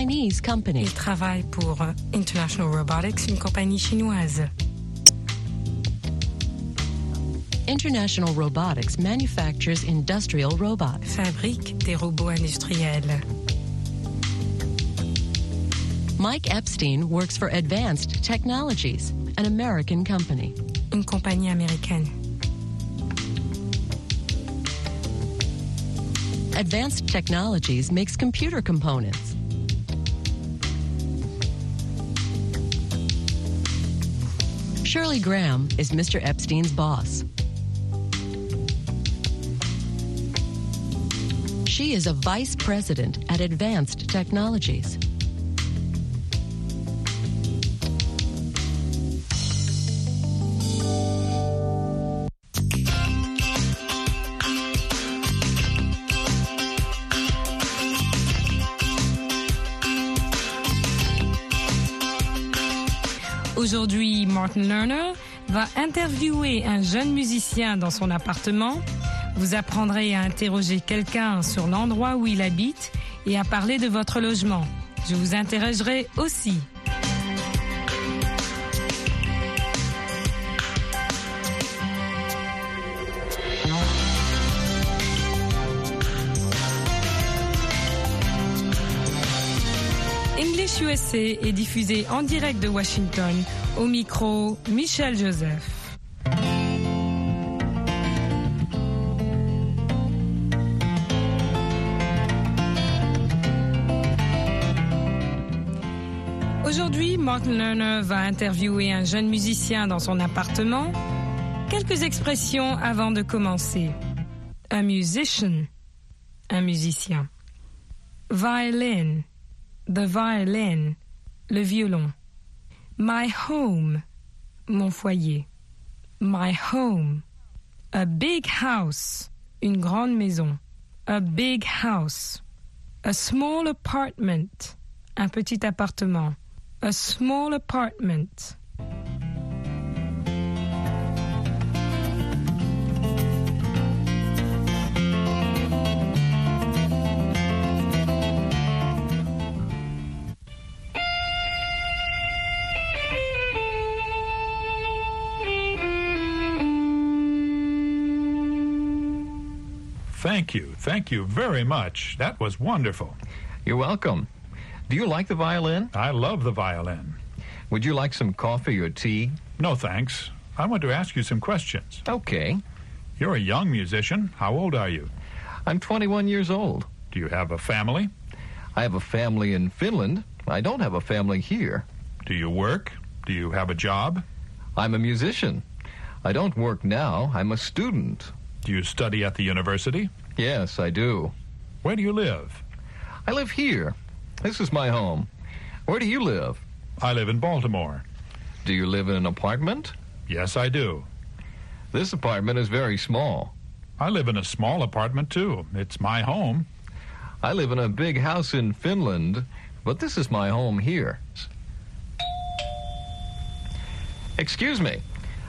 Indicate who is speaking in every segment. Speaker 1: Chinese company.
Speaker 2: Il travaille pour euh, International Robotics, une compagnie chinoise.
Speaker 1: International Robotics manufactures industrial robots.
Speaker 2: Fabrique des robots industriels.
Speaker 1: Mike Epstein works for Advanced Technologies, an American company.
Speaker 2: Une compagnie américaine.
Speaker 1: Advanced Technologies makes computer components. Shirley Graham is Mr. Epstein's boss. She is a vice president at Advanced Technologies.
Speaker 2: Aujourd'hui, Martin Lerner va interviewer un jeune musicien dans son appartement. Vous apprendrez à interroger quelqu'un sur l'endroit où il habite et à parler de votre logement. Je vous interrogerai aussi. English USA est diffusé en direct de Washington au micro Michel Joseph. Aujourd'hui, Martin Lerner va interviewer un jeune musicien dans son appartement. Quelques expressions avant de commencer. Un musician, un musicien. Violin, the violin, le violon. My home, mon foyer. My home, a big house, une grande maison. A big house. A small apartment, un petit appartement. A small apartment.
Speaker 3: Thank you. Thank you very much. That was wonderful.
Speaker 4: You're welcome. Do you like the violin?
Speaker 3: I love the violin.
Speaker 4: Would you like some coffee or tea?
Speaker 3: No thanks. I want to ask you some questions.
Speaker 4: Okay.
Speaker 3: You're a young musician. How old are you?
Speaker 4: I'm 21 years old.
Speaker 3: Do you have a family?
Speaker 4: I have a family in Finland. I don't have a family here.
Speaker 3: Do you work? Do you have a job?
Speaker 4: I'm a musician. I don't work now. I'm a student.
Speaker 3: Do you study at the university?
Speaker 4: Yes, I do.
Speaker 3: Where do you live?
Speaker 4: I live here. This is my home. Where do you live?
Speaker 3: I live in Baltimore.
Speaker 4: Do you live in an apartment?
Speaker 3: Yes, I do.
Speaker 4: This apartment is very small.
Speaker 3: I live in a small apartment, too. It's my home.
Speaker 4: I live in a big house in Finland, but this is my home here. Excuse me.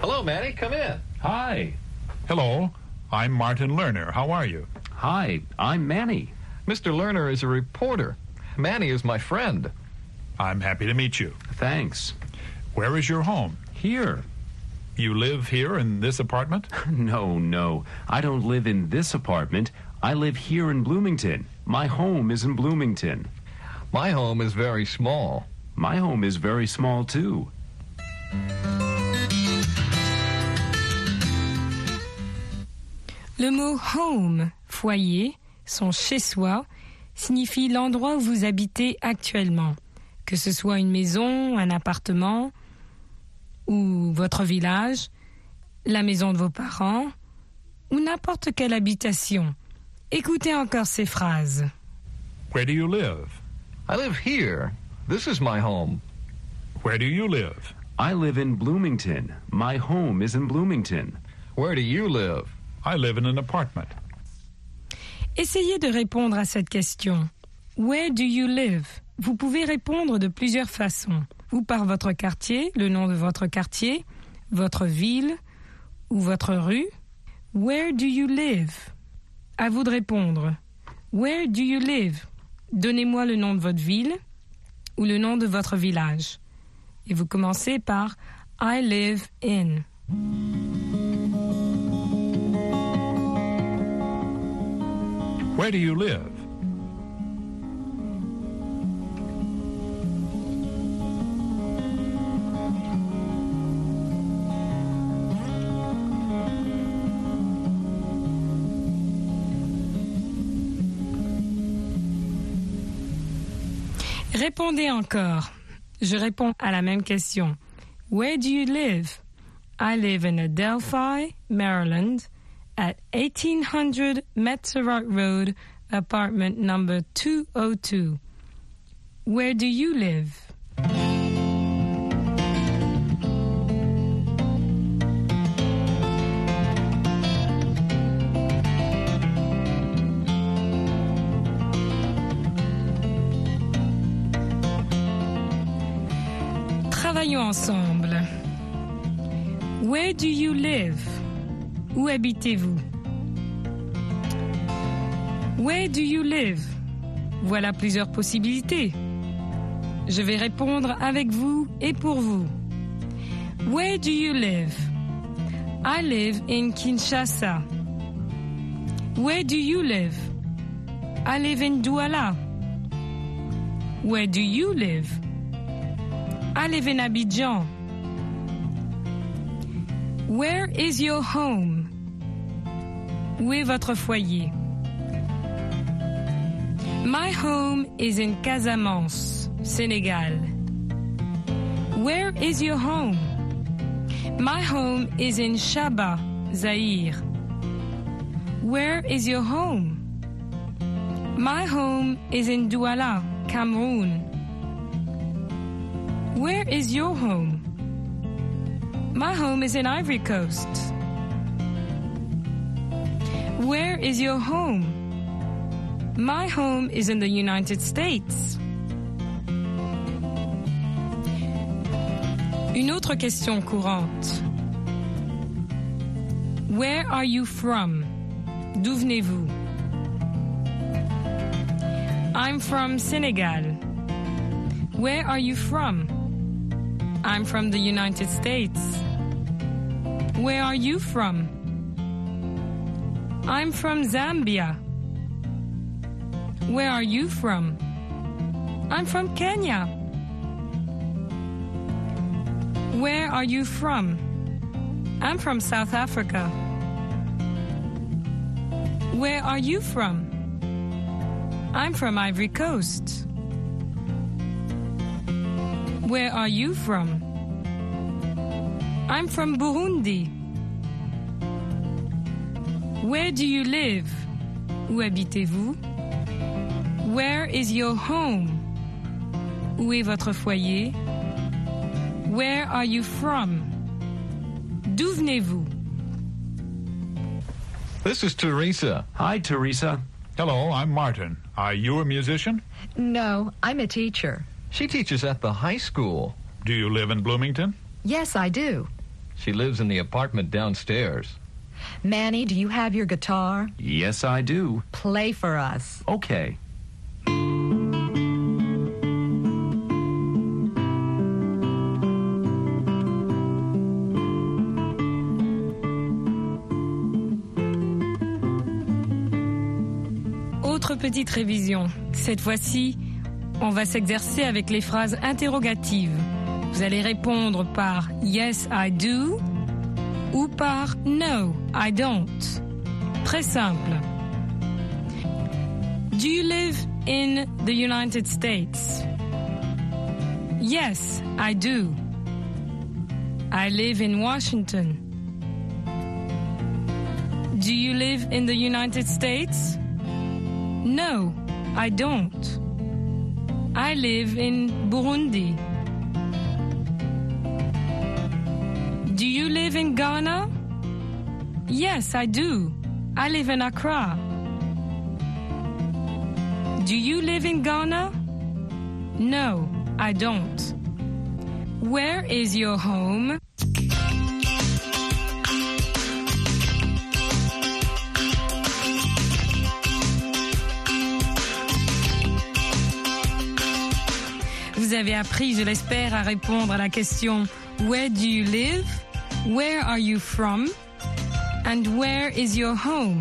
Speaker 4: Hello, Manny. Come in.
Speaker 5: Hi.
Speaker 3: Hello. I'm Martin Lerner. How are you?
Speaker 5: Hi, I'm Manny.
Speaker 4: Mr. Lerner is a reporter. Manny is my friend.
Speaker 3: I'm happy to meet you.
Speaker 5: Thanks.
Speaker 3: Where is your home?
Speaker 5: Here.
Speaker 3: You live here in this apartment?
Speaker 5: No, no. I don't live in this apartment. I live here in Bloomington. My home is in Bloomington.
Speaker 4: My home is very small.
Speaker 5: My home is very small, too.
Speaker 2: Le mot home, foyer, son chez-soi, signifie l'endroit où vous habitez actuellement, que ce soit une maison, un appartement ou votre village, la maison de vos parents ou n'importe quelle habitation. Écoutez encore ces phrases.
Speaker 3: Where do you live?
Speaker 4: I live here. This is my home.
Speaker 3: Where do you live?
Speaker 5: I live in Bloomington. My home is in Bloomington.
Speaker 4: Where do you live?
Speaker 3: I live in an apartment.
Speaker 2: Essayez de répondre à cette question. Where do you live? Vous pouvez répondre de plusieurs façons, ou par votre quartier, le nom de votre quartier, votre ville ou votre rue. Where do you live? À vous de répondre. Where do you live? Donnez-moi le nom de votre ville, ou le nom de votre village. Et vous commencez par I live in.
Speaker 3: Where do you live?
Speaker 2: Répondez encore. Je réponds à la même question. Where do you live? I live in Adelphi, Maryland, at 1800 Metzerock Road, apartment number 202. Where do you live? Travaillons ensemble. Where do you live? Où habitez-vous? Where do you live? Voilà plusieurs possibilités. Je vais répondre avec vous et pour vous. Where do you live? I live in Kinshasa. Where do you live? I live in Douala. Where do you live? I live in Abidjan. Where is your home? Où est votre foyer? My home is in Casamance, Sénégal. Where is your home? My home is in Shaba, Zaire. Where is your home? My home is in Douala, Cameroon. Where is your home? My home is in Ivory Coast. Where is your home? My home is in the United States. Une autre question courante. Where are you from? D'où venez-vous? I'm from Senegal. Where are you from? I'm from the United States. Where are you from? I'm from Zambia. Where are you from? I'm from Kenya. Where are you from? I'm from South Africa. Where are you from? I'm from Ivory Coast. Where are you from? I'm from Burundi. Where do you live? Où habitez-vous? Where is your home? Où est votre foyer? Where are you from? D'où venez-vous?
Speaker 4: This is Teresa.
Speaker 5: Hi, Teresa.
Speaker 3: Hello, I'm Martin. Are you a musician?
Speaker 6: No, I'm a teacher.
Speaker 4: She teaches at the high school.
Speaker 3: Do you live in Bloomington?
Speaker 6: Yes, I do.
Speaker 4: She lives in the apartment downstairs.
Speaker 6: Manny, do you have your guitar?
Speaker 5: Yes, I do.
Speaker 6: Play for us.
Speaker 5: Okay.
Speaker 2: Autre petite révision. Cette fois-ci, on va s'exercer avec les phrases interrogatives. Vous allez répondre par Yes, I do ou par No, I don't. Très simple. Do you live in the United States? Yes, I do. I live in Washington. Do you live in the United States? No, I don't. I live in Burundi. Do you live in Ghana? Yes, I do. I live in Accra. Do you live in Ghana? No, I don't. Where is your home? Vous avez appris, je l'espère, à répondre à la question Where do you live? Where are you from? And where is your home?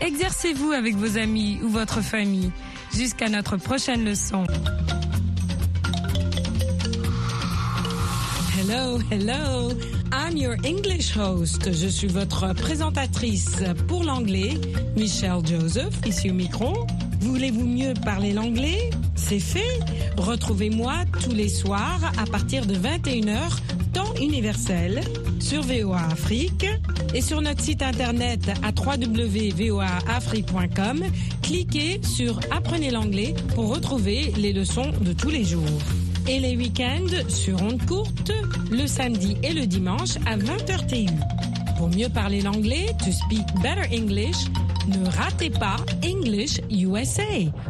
Speaker 2: Exercez-vous avec vos amis ou votre famille. Jusqu'à notre prochaine leçon.
Speaker 7: Hello, hello. I'm your English host. Je suis votre présentatrice pour l'anglais, Michelle Joseph, ici au micro. Voulez-vous mieux parler l'anglais C'est fait. Retrouvez-moi tous les soirs à partir de 21h, temps universel, sur VOA Afrique et sur notre site internet à www.voaafrique.com. Cliquez sur Apprenez l'anglais pour retrouver les leçons de tous les jours et les week-ends sur onde courte, le samedi et le dimanche à 20h TU. Pour mieux parler l'anglais, to speak better English, ne ratez pas English USA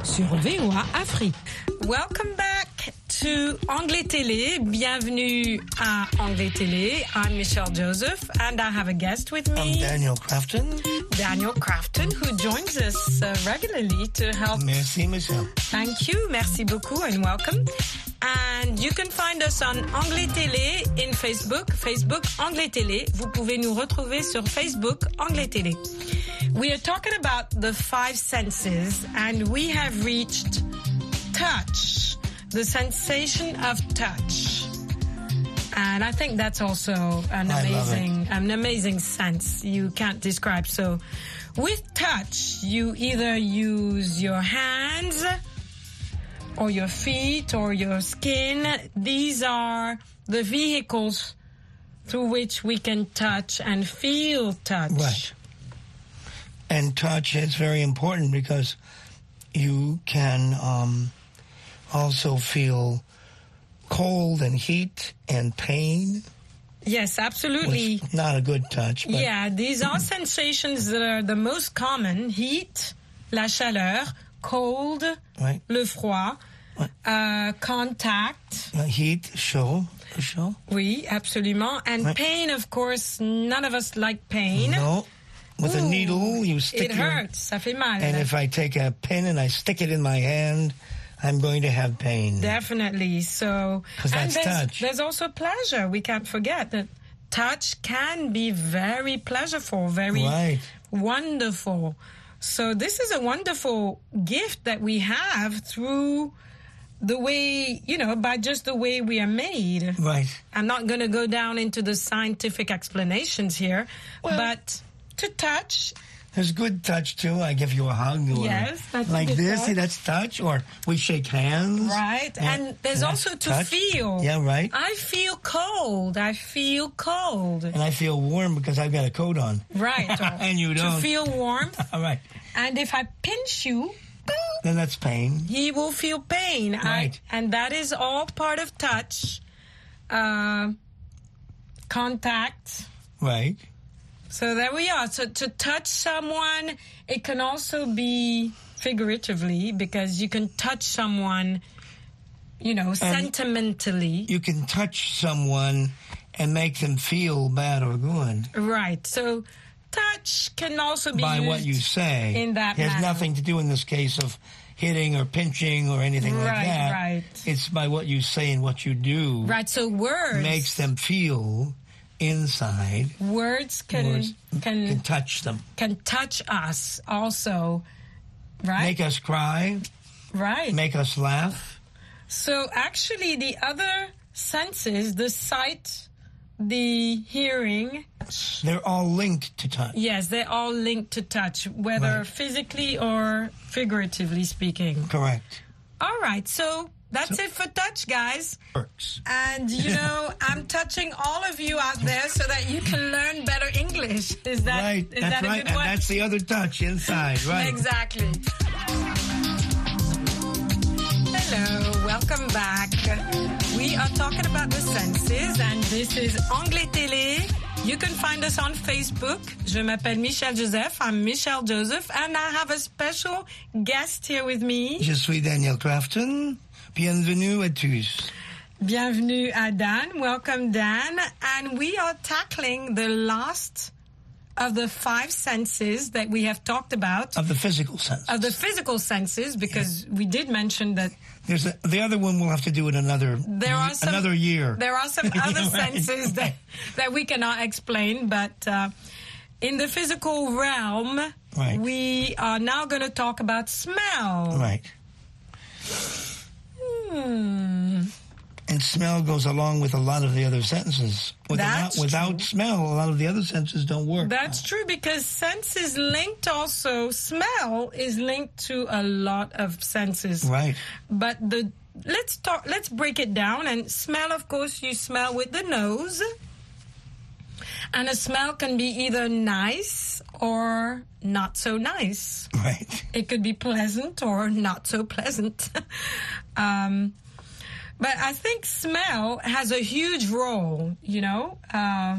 Speaker 7: sur VOA Afrique.
Speaker 2: Welcome back to Anglais Télé. Bienvenue à Anglais Télé. I'm Michelle Joseph and I have a guest with me.
Speaker 8: I'm Daniel Crafton.
Speaker 2: Daniel Crafton, who joins us uh, regularly to help.
Speaker 8: Merci, Michelle.
Speaker 2: Thank you, merci beaucoup, and welcome. And you can find us on Anglais Télé in Facebook, Facebook Anglais Télé. Vous pouvez nous retrouver sur Facebook Anglais Télé. We are talking about the five senses, and we have reached touch, the sensation of touch. And I think that's also an
Speaker 8: I love it.
Speaker 2: amazing an amazing sense you can't describe. So, with touch, you either use your hands or your feet or your skin. These are the vehicles through which we can touch and feel touch.
Speaker 8: Right. And touch is very important because you can um, also feel cold and heat and pain.
Speaker 2: Yes, absolutely.
Speaker 8: Which, not a good touch, but
Speaker 2: Yeah, these are sensations that are the most common heat, la chaleur, cold,
Speaker 8: Right.
Speaker 2: le froid, uh, contact.
Speaker 8: uh, heat, show, show.
Speaker 2: Oui, absolument. And
Speaker 8: Right.
Speaker 2: pain, of course, none of us like pain.
Speaker 8: No, with a
Speaker 2: Ooh,
Speaker 8: needle you stick
Speaker 2: It
Speaker 8: your-
Speaker 2: hurts, ça fait mal.
Speaker 8: And if I take a pin and I stick it in my hand, I'm going to have pain.
Speaker 2: Definitely. So,
Speaker 8: 'Cause
Speaker 2: and
Speaker 8: that's
Speaker 2: there's,
Speaker 8: touch.
Speaker 2: there's also pleasure. We can't forget that touch can be very pleasureful, very
Speaker 8: Right.
Speaker 2: wonderful. So, this is a wonderful gift that we have through the way, you know, by just the way we are made.
Speaker 8: Right.
Speaker 2: I'm not going to go down into the scientific explanations here, but to touch,
Speaker 8: There's good touch too. I give you a hug. Or
Speaker 2: Yes, that's
Speaker 8: like
Speaker 2: good
Speaker 8: this.
Speaker 2: touch.
Speaker 8: See, that's touch. Or we shake hands.
Speaker 2: right?
Speaker 8: Yeah,
Speaker 2: And there's
Speaker 8: that's
Speaker 2: also to
Speaker 8: touch.
Speaker 2: feel.
Speaker 8: Yeah, right.
Speaker 2: I feel cold. I feel cold.
Speaker 8: and I feel warm because I've got a coat on.
Speaker 2: Right.
Speaker 8: And you
Speaker 2: To
Speaker 8: don't.
Speaker 2: feel warmth.
Speaker 8: All right.
Speaker 2: and if I pinch you,
Speaker 8: Then that's pain.
Speaker 2: he will feel pain. I-
Speaker 8: Right.
Speaker 2: and that is all part of touch, uh, contact.
Speaker 8: Right.
Speaker 2: So there we are. So to touch someone, it can also be figuratively because you can touch someone, you know, sentimentally.
Speaker 8: You can touch someone and make them feel bad or good
Speaker 2: right. So touch can also be
Speaker 8: by
Speaker 2: used
Speaker 8: what you say.
Speaker 2: in that
Speaker 8: It has
Speaker 2: manner.
Speaker 8: nothing to do in this case of hitting or pinching or anything
Speaker 2: Right,
Speaker 8: like that.
Speaker 2: right.
Speaker 8: It's by what you say and what you do
Speaker 2: Right. So words
Speaker 8: makes them feel inside
Speaker 2: words can
Speaker 8: Words.
Speaker 2: can
Speaker 8: and touch them.
Speaker 2: can touch us also. Right.
Speaker 8: Make us cry,
Speaker 2: right.
Speaker 8: make us laugh.
Speaker 2: So actually, the other senses, the sight, the hearing,
Speaker 8: They're all linked to touch.
Speaker 2: yes, they're all linked to touch, whether
Speaker 8: Right.
Speaker 2: physically or figuratively speaking.
Speaker 8: Correct.
Speaker 2: All right. So that's it for touch, guys.
Speaker 8: Works.
Speaker 2: And you know, I'm touching all of you out there so that you can learn better English. Is that
Speaker 8: right.
Speaker 2: is
Speaker 8: that's
Speaker 2: that a
Speaker 8: right.
Speaker 2: good
Speaker 8: and
Speaker 2: one?
Speaker 8: that's the other touch inside. Right.
Speaker 2: Exactly. Hello, welcome back. We are talking about the senses, and this is Anglais Télé. You can find us on Facebook. Je m'appelle Michelle Joseph. I'm Michelle Joseph, and I have a special guest here with me.
Speaker 8: Je suis Daniel Crafton. Bienvenue à tous.
Speaker 2: Bienvenue à Dan. Welcome, Dan. And we are tackling the last of the five senses that we have talked about,
Speaker 8: of the physical sense.
Speaker 2: of the physical senses, because we did mention that
Speaker 8: There's a, the other one we'll have to do in another
Speaker 2: there are some
Speaker 8: another year.
Speaker 2: There are some other
Speaker 8: Right.
Speaker 2: senses that that we cannot explain, but uh, in the physical realm,
Speaker 8: Right.
Speaker 2: we are now going to talk about smell.
Speaker 8: right.
Speaker 2: Hmm.
Speaker 8: And smell goes along with a lot of the other senses. Without,
Speaker 2: That's
Speaker 8: without smell, a lot of the other senses don't work.
Speaker 2: That's true because sense is linked also. Smell is linked to a lot of senses.
Speaker 8: right.
Speaker 2: But the let's talk. Let's break it down. And smell, of course, you smell with the nose. And a smell can be either nice or not so nice.
Speaker 8: Right.
Speaker 2: It could be pleasant or not so pleasant. um, but I think smell has a huge role. You know, uh,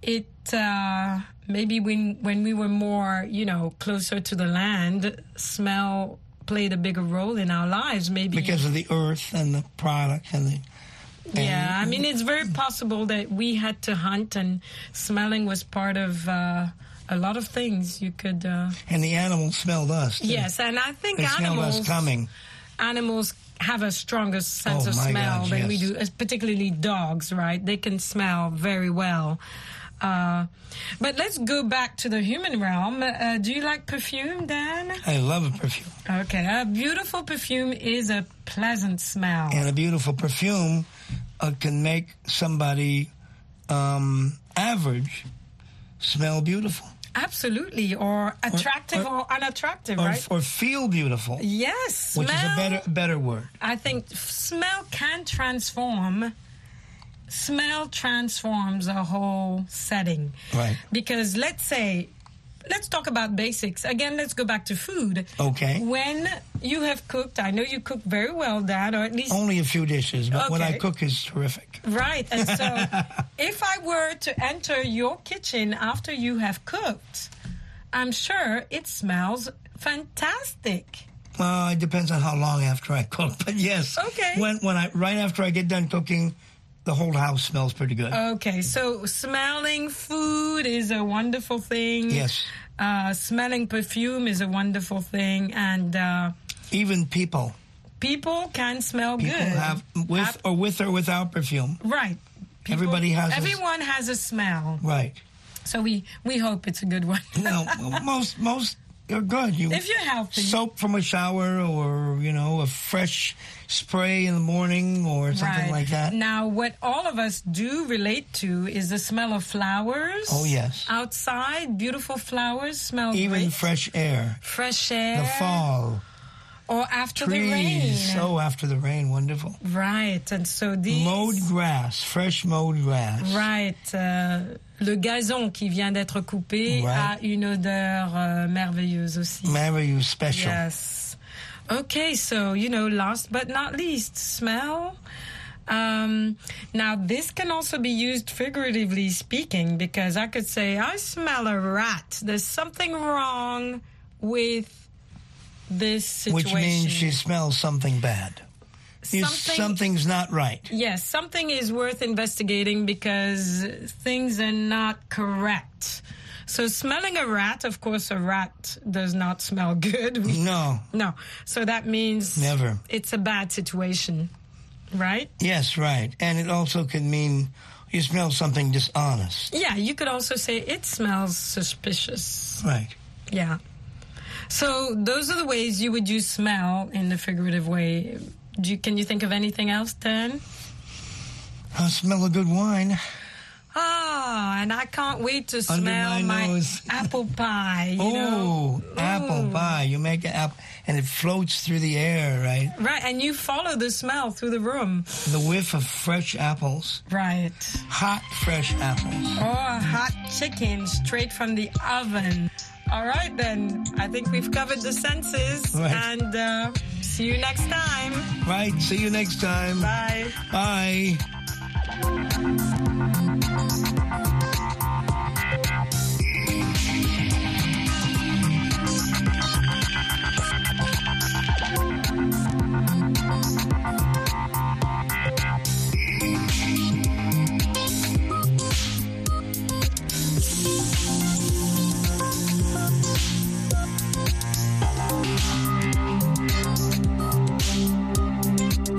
Speaker 2: it uh, maybe when when we were more, you know, closer to the land, smell played a bigger role in our lives. Maybe
Speaker 8: Because of the earth and the product and the.
Speaker 2: yeah, I mean, it's very possible that we had to hunt, and smelling was part of. Uh, a lot of things you could uh,
Speaker 8: And the animals smelled us. too.
Speaker 2: yes and i think
Speaker 8: They smelled
Speaker 2: animals
Speaker 8: us coming.
Speaker 2: animals have a stronger sense
Speaker 8: Oh,
Speaker 2: of
Speaker 8: my
Speaker 2: smell
Speaker 8: gosh,
Speaker 2: than we
Speaker 8: yes.
Speaker 2: do, as- particularly dogs, right? They can smell very well. Uh, but let's go back to the human realm. Uh, do you like perfume, Dan?
Speaker 8: I love a perfume.
Speaker 2: Okay, a beautiful perfume is a pleasant smell.
Speaker 8: And a beautiful perfume uh, can make somebody um, average smell beautiful
Speaker 2: Absolutely, or attractive or,
Speaker 8: or-
Speaker 2: unattractive,
Speaker 8: or,
Speaker 2: right?
Speaker 8: or feel beautiful,
Speaker 2: yes, smell.
Speaker 8: which is a better better word.
Speaker 2: I think f- smell can transform. Smell transforms a whole setting.
Speaker 8: Right.
Speaker 2: Because let's say, let's talk about basics. Again, let's go back to food.
Speaker 8: Okay.
Speaker 2: When you have cooked, I know you cook very well, Dad, or at least.
Speaker 8: Only a few dishes, but what I
Speaker 2: Okay.
Speaker 8: cook is terrific.
Speaker 2: Right. And so, if I were to enter your kitchen after you have cooked, I'm sure it smells fantastic.
Speaker 8: Well, it depends on how long after I cook, but yes.
Speaker 2: Okay.
Speaker 8: When when I right after I get done cooking, the whole house smells pretty good.
Speaker 2: Okay, so smelling food is a wonderful thing.
Speaker 8: Yes.
Speaker 2: Uh, smelling perfume is a wonderful thing, and uh,
Speaker 8: Even people,
Speaker 2: people can smell
Speaker 8: people
Speaker 2: good.
Speaker 8: have with
Speaker 2: Ab-
Speaker 8: or with or without perfume.
Speaker 2: right. People-
Speaker 8: Everybody has a s-
Speaker 2: Everyone has a smell,
Speaker 8: Right.
Speaker 2: so we we hope it's a good one.
Speaker 8: No, most most are good. You
Speaker 2: if you're healthy,
Speaker 8: soap from a shower or you know a fresh spray in the morning or something
Speaker 2: right.
Speaker 8: like that
Speaker 2: Now, what all of us do relate to is the smell of flowers.
Speaker 8: Oh, yes.
Speaker 2: outside, beautiful flowers smell
Speaker 8: even
Speaker 2: great.
Speaker 8: fresh air
Speaker 2: fresh air.
Speaker 8: the fall
Speaker 2: or after the rain.
Speaker 8: trees oh after the rain wonderful
Speaker 2: Right, and so these
Speaker 8: mowed grass fresh mowed grass
Speaker 2: right euh, le gazon qui vient d'être coupé
Speaker 8: Right.
Speaker 2: a une odeur euh, merveilleuse aussi.
Speaker 8: marry you special
Speaker 2: Yes. Okay, so you know, last but not least, smell. Um, now this can also be used figuratively speaking because I could say I smell a rat. There's something wrong with this situation.
Speaker 8: which means she smells something bad You- something's not right
Speaker 2: Yes, something is worth investigating because things are not correct. So, smelling a rat, of course, a rat does not smell good. We-
Speaker 8: no
Speaker 2: No. So that means
Speaker 8: Never.
Speaker 2: It's a bad situation, right?
Speaker 8: yes right and it also can mean you smell something dishonest
Speaker 2: Yeah, you could also say it smells suspicious.
Speaker 8: right
Speaker 2: Yeah. So, those are the ways you would use smell in the figurative way. Do you, can you think of anything else, Dan?
Speaker 8: i smell a good wine
Speaker 2: Oh, and I can't wait to
Speaker 8: Under
Speaker 2: smell
Speaker 8: my
Speaker 2: my,
Speaker 8: nose.
Speaker 2: apple pie. You know? Mm.
Speaker 8: Oh, apple pie. You make an apple, and it floats through the air, right?
Speaker 2: Right, and you follow the smell through the room.
Speaker 8: The whiff of fresh apples,
Speaker 2: Right.
Speaker 8: hot, fresh apples.
Speaker 2: Or Oh, hot chicken straight from the oven. All right, then. I think we've covered the senses.
Speaker 8: Right.
Speaker 2: And uh, see you next time.
Speaker 8: Right, see you next time.
Speaker 2: Bye.
Speaker 8: Bye.